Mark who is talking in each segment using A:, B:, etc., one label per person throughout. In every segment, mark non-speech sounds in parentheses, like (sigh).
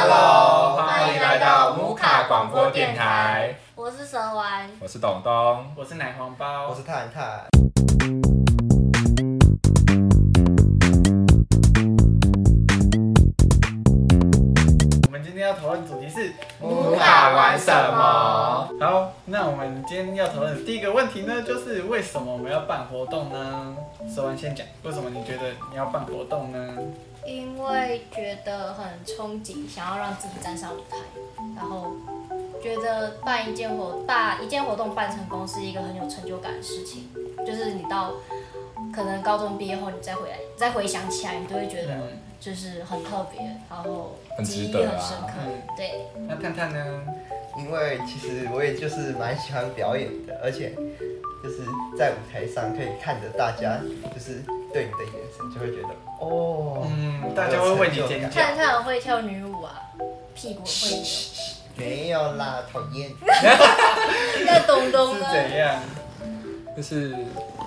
A: Hello，欢迎来到摩卡广播电台。
B: 我是蛇丸，
A: 我是董东，
C: 我是奶黄包，
D: 我是探探。
C: 我们今天要讨论主题是，
B: 无法玩什么？
C: 好，那我们今天要讨论的第一个问题呢，就是为什么我们要办活动呢？蛇丸先讲，为什么你觉得你要办活动呢？
B: 因为觉得很憧憬，想要让自己站上舞台，然后觉得办一件活把一件活动办成功是一个很有成就感的事情，就是你到可能高中毕业后，你再回来再回想起来，你都会觉得
C: 嗯，
B: 就是很特别，然后
A: 很值
B: 记忆
A: 得啊
B: 很深刻。对，
C: 嗯那探探呢？
D: 因为其实我也就是蛮喜欢表演的，而且就是在舞台上可以看着大家，就是对你的眼神就会觉得哦，
C: 嗯，大家会为你尖
A: 啊
C: 叫。
B: 看看我会跳女舞啊，屁股会扭。
D: 没有啦，讨厌。
B: 那东东
C: 是
B: 呢？
C: 怎样？
A: 就是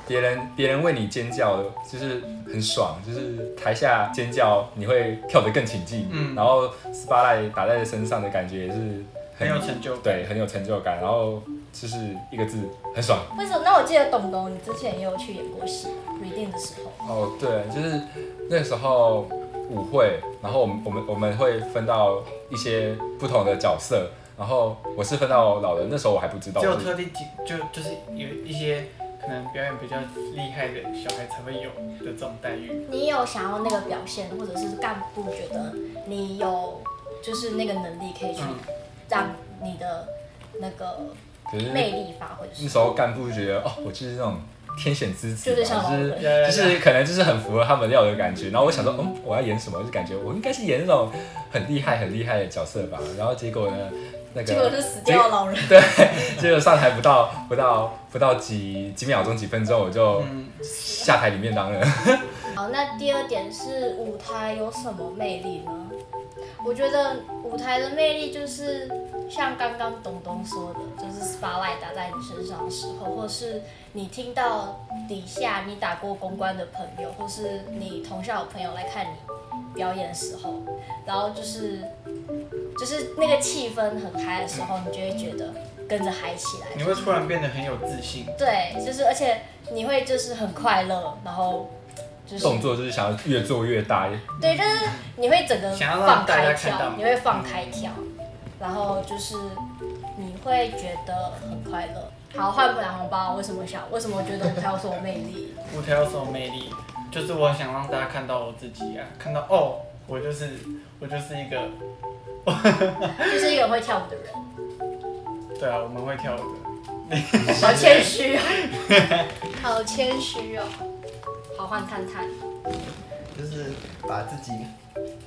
A: 别人别人为你尖叫，就是很爽，就是台下尖叫，你会跳得更起劲，
C: 嗯
A: 然后 s p a l i g h t 打在身上的感觉也是
C: 很有成就感
A: 对，很有成就感，然后就是一个字，很爽。
B: 为什么？那我记得董董，你之前也有去演过戏，reading 的时候，
A: 哦，对，就是那时候舞会，然后我们我们我们会分到一些不同的角色，然后我是分到老人，那时候我还不知道，
C: 只有
A: 就是
C: 特定几，就就是有一些可能表演比较厉害的小孩才会有的这种待遇。
B: 你有想要那个表现，或者是干部觉得你有就是那个能力可以去
C: 嗯
B: 让你的那个
A: 可是
B: 魅力发挥出
A: 那
B: 来，
A: 时候干部就觉得哦，我就是那种天选之子
B: 就
A: 嘛，
B: 是像老
A: 就是
B: 鬼。
C: 对
A: 就是可能就是很符合他们要的感觉。然后我想说，嗯，我要演什么？就感觉我应该是演那种很厉害、很厉害的角色吧。然后结果呢，那
B: 结果
A: 个
B: 是死掉的老人，
A: 对，结果上台不到不到不到几几秒钟、几分钟，我就
C: 嗯，
A: 下台里面当了。
B: 好，那第二点是舞台有什么魅力呢？我觉得舞台的魅力就是像刚刚东东说的，就是 spotlight 打在你身上的时候，或是你听到底下你打过公关的朋友，或是你同校的朋友来看你表演的时候，然后就是就是那个气氛很嗨的时候，你就会觉得跟着嗨起来。
C: 你会突然变得很有自信。
B: 对，就是而且你会就是很快乐，然后就是
A: 动作就是想要越做越大，
B: 对，就是你会整个
C: 想要
B: 放
C: 让大
B: 开
C: 家看
B: 跳
C: 到，
B: 你会放开
A: 嗯
B: 跳，然后就是你会觉得很快乐。好，换不了红包，为什么想？为什么觉得舞台有什么魅力？
C: 舞台有什么魅力？就是我想让大家看到我自己啊，看到哦，我就是我就是一个，
B: 就是一个会跳舞的人，
C: (laughs)
A: (laughs)
C: 对啊，我们会跳舞的。
B: 好谦虚
A: (laughs)
B: 哦，好谦虚哦。好，换探探，
D: 就是把自己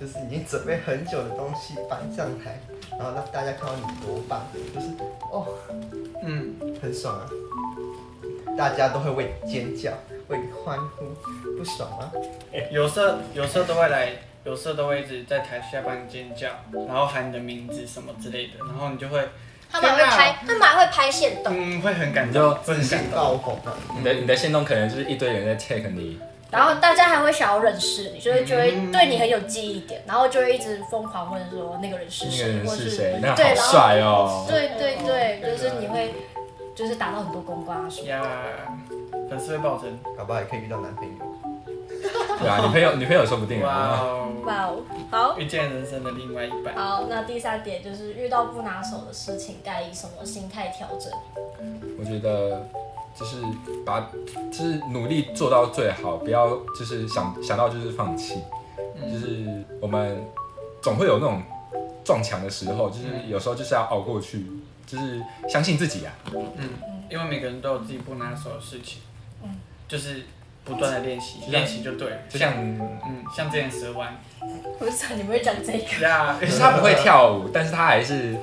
D: 就是已经准备很久的东西搬上台，然后让大家看到你多棒，就是哦，
C: 嗯，
D: 很爽啊！大家都会为你尖叫，为你欢呼，不爽吗？
C: 有社有社都会来，有社都会一直在台下帮你尖叫，然后喊你的名字什么之类的，然后你就会，
B: 他们还会拍，他们还会拍现动，
C: 嗯，会很感
A: 你就
C: 动，会很感动。
D: 爆红啊！
A: 你
C: 嗯
A: 的你的线动可能就是一堆人在 take 你，
B: 然后大家还会想要认识你，就是就会
A: 嗯
B: 对你很有记忆点，然后就会一直疯狂问说那个人是
A: 那个
B: 谁，
A: 人
B: 或
A: 是
B: 是
A: 谁？那
B: 对，
A: 好
B: 然后
A: 帅哦！
B: 对对对，就是你会，就是打到很多公关啊什么。
C: 呀，粉丝会暴增。
D: 搞不好也可以遇到男朋友。
A: 对啊，女朋
C: (laughs)
A: 友女朋友说不定
C: 哇
A: 啊。
C: 哦，
B: 哇哦，好
C: 遇见人生的另外一半。
B: 好，那第三点就是遇到不拿手的事情该以什么心态调整？
A: 我觉得就是把就是努力做到最好，不要就是想想到就是放弃，
C: 嗯
A: 就是我们总会有那种撞墙的时候，就是
C: 嗯
A: 有时候就是要熬过去，就是相信自己啊。
C: 嗯，因为每个人都有自己不拿手的事情，
B: 嗯
C: 就是不断的练习，
A: 就像
C: 练嗯习就对了。
A: 就像
C: 嗯，像之前蛇 (laughs) 丸，
B: 不是你们会讲这个，
C: 呀，
A: 就是他不会跳舞，但是他还是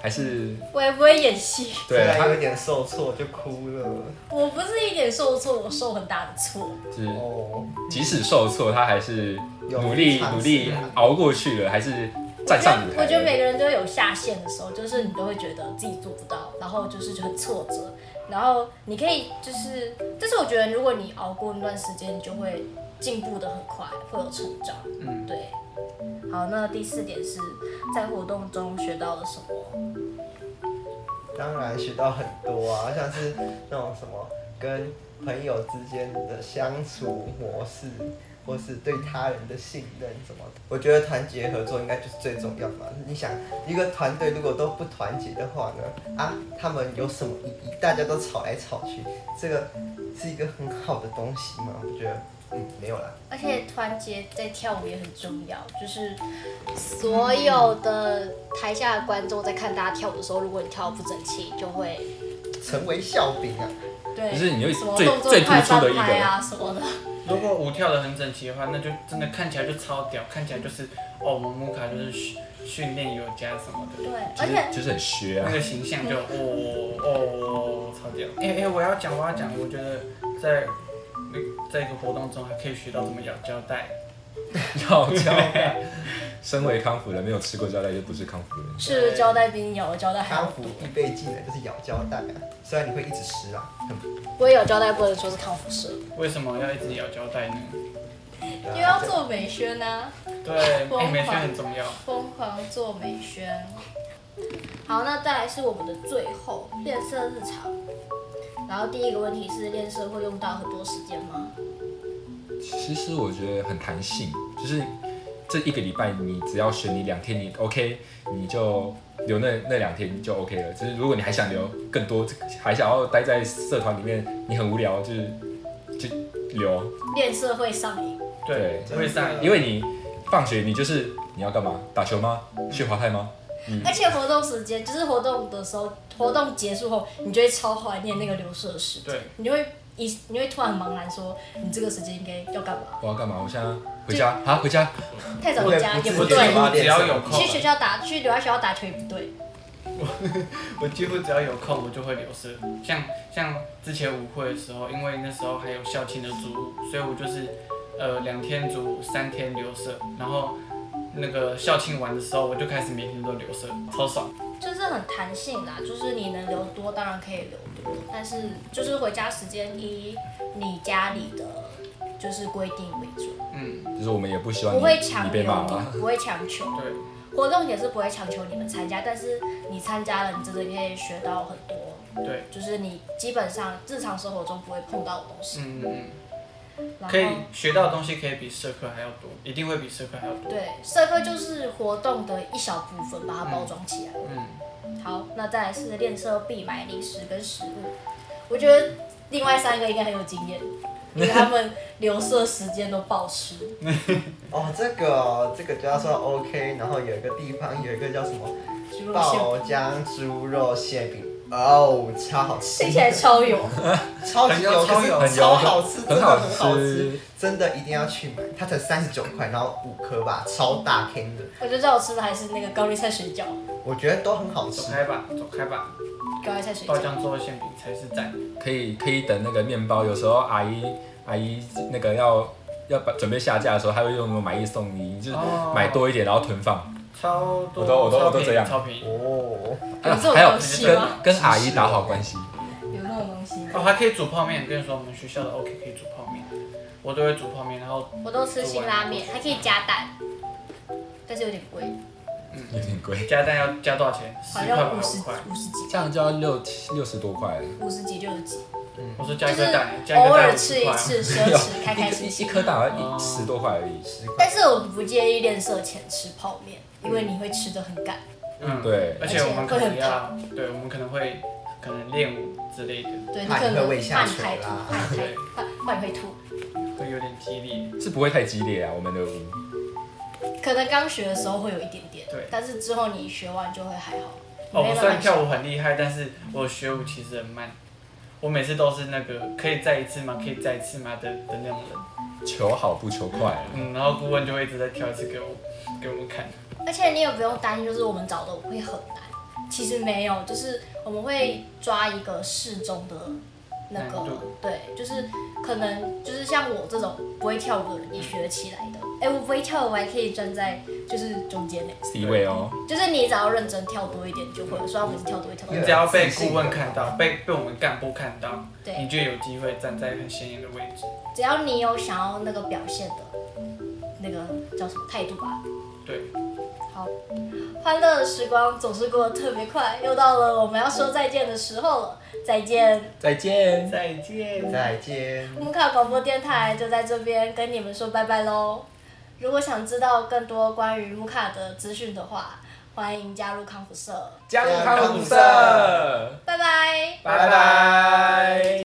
A: 还是
B: 我也不会演戏，
A: 对
C: 啊
D: 虽然
A: 他
D: 有点受挫就哭了。
B: 我不是一点受挫，我受很大的挫。
A: 就是
D: 哦，
A: 即使受挫，他还是
D: 有
A: 努力
D: 尝试
A: 努力
C: 啊
A: 熬过去了，还是
B: 我
A: 站
B: 觉
A: 上
B: 得
A: 舞台了。
B: 我觉得每个人都有下线的时候，就是你都会觉得自己做不到，然后就是很挫折，然后你可以就是，但是我觉得如果你熬过那段时间，你就会进步的很快，会有成长。
C: 嗯，
B: 对，好，那第四点是在活动中学到了什么？
D: 当然学到很多啊，像是那种什么跟朋友之间的相处模式，或是对他人的信任什么的。我觉得团结合作应该就是最重要吧。你想，一个团队如果都不团结的话呢，啊，他们有什么意义？大家都吵来吵去，这个是一个很好的东西吗？我觉得，嗯，没有啦。
B: 而且团结在跳舞也很重要，就是所有的台下的观众在看大家跳舞的时候，如果你跳得不整齐，就会
D: 成为笑柄啊，
B: 对，
A: 就是你会
B: 什么
A: 最
B: 动作
A: 最突
B: 快
A: 出的
B: 翻
A: 一个
B: 拍啊什么的。
C: 如果舞跳得很整齐的话，那就真的看起来就超屌，看起来就是哦，我们木卡就是训训练有加什么的，
B: 对，
A: 就
B: 而
A: 是
B: 且
A: 就是很学啊
C: 那。个形象就哦哦超屌。哎、哎、我要讲我要讲，我觉得在那在一个活动中还可以学到怎么咬胶带，
A: (laughs) 要交
C: 哦
A: 代，身为康复人，没有吃过胶带就不是康复人。
B: 吃了胶带比你咬了胶带还要
D: 康复
B: 多，
D: 必备技能就是咬胶带啊，虽然你会一直湿啊，很
B: 不会咬胶带不能说是抗辐射，
C: (laughs) 为什么要一直咬胶带呢？
D: 呃
B: 因为要做美宣啊。
C: (laughs) 对，哎、美宣很重要。
B: 疯狂做美宣。好，那再来是我们的最后练色日常。然后第一个问题是练色会用到很多时间吗？
A: 其实我觉得很弹性，就是这一个礼拜你只要选你两天，你 OK，你就留那那两天就 OK 了。就是如果你还想留更多，还想要待在社团里面，你很无聊，就是就留，
B: 练色会上瘾，
C: 对，
D: 对
C: 会上瘾。
A: 因为你放学你就是你要干嘛？打球吗？去华泰吗？
D: 嗯
B: 而且活动时间就是活动的时候，活动结束后，你就会超怀念那个留色时间，
C: 对，
B: 你就会一你会突然茫然说，你这个时间应该要干嘛？
A: 我要干嘛？我现在回家啊，回家。
B: 太早回家
D: 我也不
B: 也
D: 自
B: 不
C: 我
D: 觉
C: 几
D: 对
B: 对，
C: 乎只要
A: 哦
C: 有空
B: 去，学校打去留在学校打球也不对，
C: 我几乎只要有空，我就会留色。像像之前舞会的时候，因为那时候还有校庆的主舞，所以我就是呃两天主舞，三天留色，然后。那个校庆完的时候，我就开始每天都留色，超爽。
B: 就是很弹性啦，就是你能留多，当然可以留多，但是就是回家时间以你家里的就是规定为主，
C: 嗯，
A: 就是我们也不希望啊
B: 不
A: 你
B: 会
A: 你
B: 强
A: 被
B: 留
A: 骂啊了。
B: 你，不会强求，
C: 对，
B: 活动也是不会强求你们参加，但是你参加了，你真的可以学到很多，
C: 对，
B: 就是你基本上日常生活中不会碰到的东西，
C: 嗯嗯嗯，
B: 然
C: 可以
B: 后。
C: 学到的东西可以比社课还要多，一定会比社课还要多。
B: 对，社科就是活动的一小部分，把它包装起来。
C: 嗯，
B: 好，那再来是练车必买零食跟食物。我觉得另外三个应该很有经验，因为他们留色时间都暴吃。
D: 哦，这个哦、这个就要说 OK，然后有一个地方有一个叫什么
B: 猪肉馅
D: 爆浆猪肉馅饼，哦，超好吃
B: 吃，起来超油， (laughs)
D: 超级油，
C: 很油
D: 可是
A: 超
D: 超
A: 油
D: 好吃，真
A: 很
D: 的
A: 好
D: 很好吃
A: 吃，
D: 真的一定要去买，它才三十九块，然后五颗吧，超大坑的，
B: 我觉得最好吃的还是那个高丽菜水饺，
D: 我觉得都很好吃
C: 走。开吧，走开吧，
B: 高丽菜水
C: 爆
B: 饺。
C: 浆做的馅饼才是赞。
A: 可以可以等那个面包，有时候阿姨阿姨那个要要把准备下架的时候，她会用那种买一送一，就是
C: 哦
A: 买多一点然后囤放。
C: 超多，
A: 我都我都
C: 超
A: 我都
C: 便宜
A: 这样
C: 超便宜。
D: 哦，
B: 有这种
A: 还有
B: 游戏
A: 跟
B: 吗
A: 跟阿姨打好关系，
B: 有那种东西吗？
C: 哦，还可以煮泡面，跟你说我们学校的 OK 可以煮泡面，我都会煮泡面，然后
B: 我都吃辛拉面，还可以加蛋，但是有点贵，
A: 有点贵，
C: 加蛋要加多少钱？十
B: 好
C: 块吧，
B: 像五
C: 五
B: 十
C: 块。
B: 五十几，
A: 这样就要六七六十多块了，
B: 五十几就有几，
C: 我说加
B: 就
C: 一
B: 是
C: 个蛋，加一
B: 偶
C: 个
B: 尔
C: 蛋
B: 吃
C: 五
B: 一
C: 块。
B: 次奢侈，开开
A: 一
B: 心
A: 一一
B: 心。
A: 颗蛋好像一
C: 哦
A: 十多块而已。
D: 十块
B: 但，是我不介意练色前吃泡面，因为你会吃的很赶。
C: 嗯，
A: 对
C: 而且我们可能要，对，我们可能会可能练舞之类的，
B: 对，你
D: 怕
B: 可
D: 你
B: 能
D: 会胃
B: 怕
D: 下
B: 你
D: 垂
B: 太吐，
D: 啦
B: 怕你太
C: (laughs) 对
B: 怕怕你会吐。
C: 会有点激烈。
A: 是不会太激烈啊，我们的舞。
B: 可能刚学的时候会有一点点，
C: 对
B: 但是之后你学完就会还好。
C: 哦，
B: 没
C: 我
B: 那么
C: 虽然跳舞很厉害，但是我学舞其实很慢，我每次都是那个可以再一次吗？可以再一次吗的的那种人。
A: 求好不求快，啊
C: 嗯，然后顾问就会一直在跳一次给我给我们看。
B: 而且你也不用担心，就是我们找的会很难。其实没有，就是我们会抓一个适中的那个
C: 难度，
B: 对，就是可能就是像我这种不会跳舞的人也学得起来的。哎、我不会跳舞，我还可以站在就是中间呢。
A: C 位哦，
B: 就是你只要认真跳多一点就会了，虽然我每次跳多一跳多
C: 你
B: 一
D: 对
C: 只要被顾问看到，被被我们干部看到，
B: 对
C: 你就有机会站在很显眼的位置。
B: 只要你有想要那个表现的，那个叫什么态度吧，
C: 对，
B: 欢乐的时光总是过得特别快，又到了我们要说再见的时候了，再见！
A: 再见。
C: 再见
D: 再见。
B: 木卡广播电台就在这边跟你们说拜拜喽。如果想知道更多关于木卡的资讯的话，欢迎加入康复社。
A: 加入
D: 入
A: 康
D: 康
A: 复
D: 复
A: 社
D: 社，
B: 拜拜。
A: 拜拜。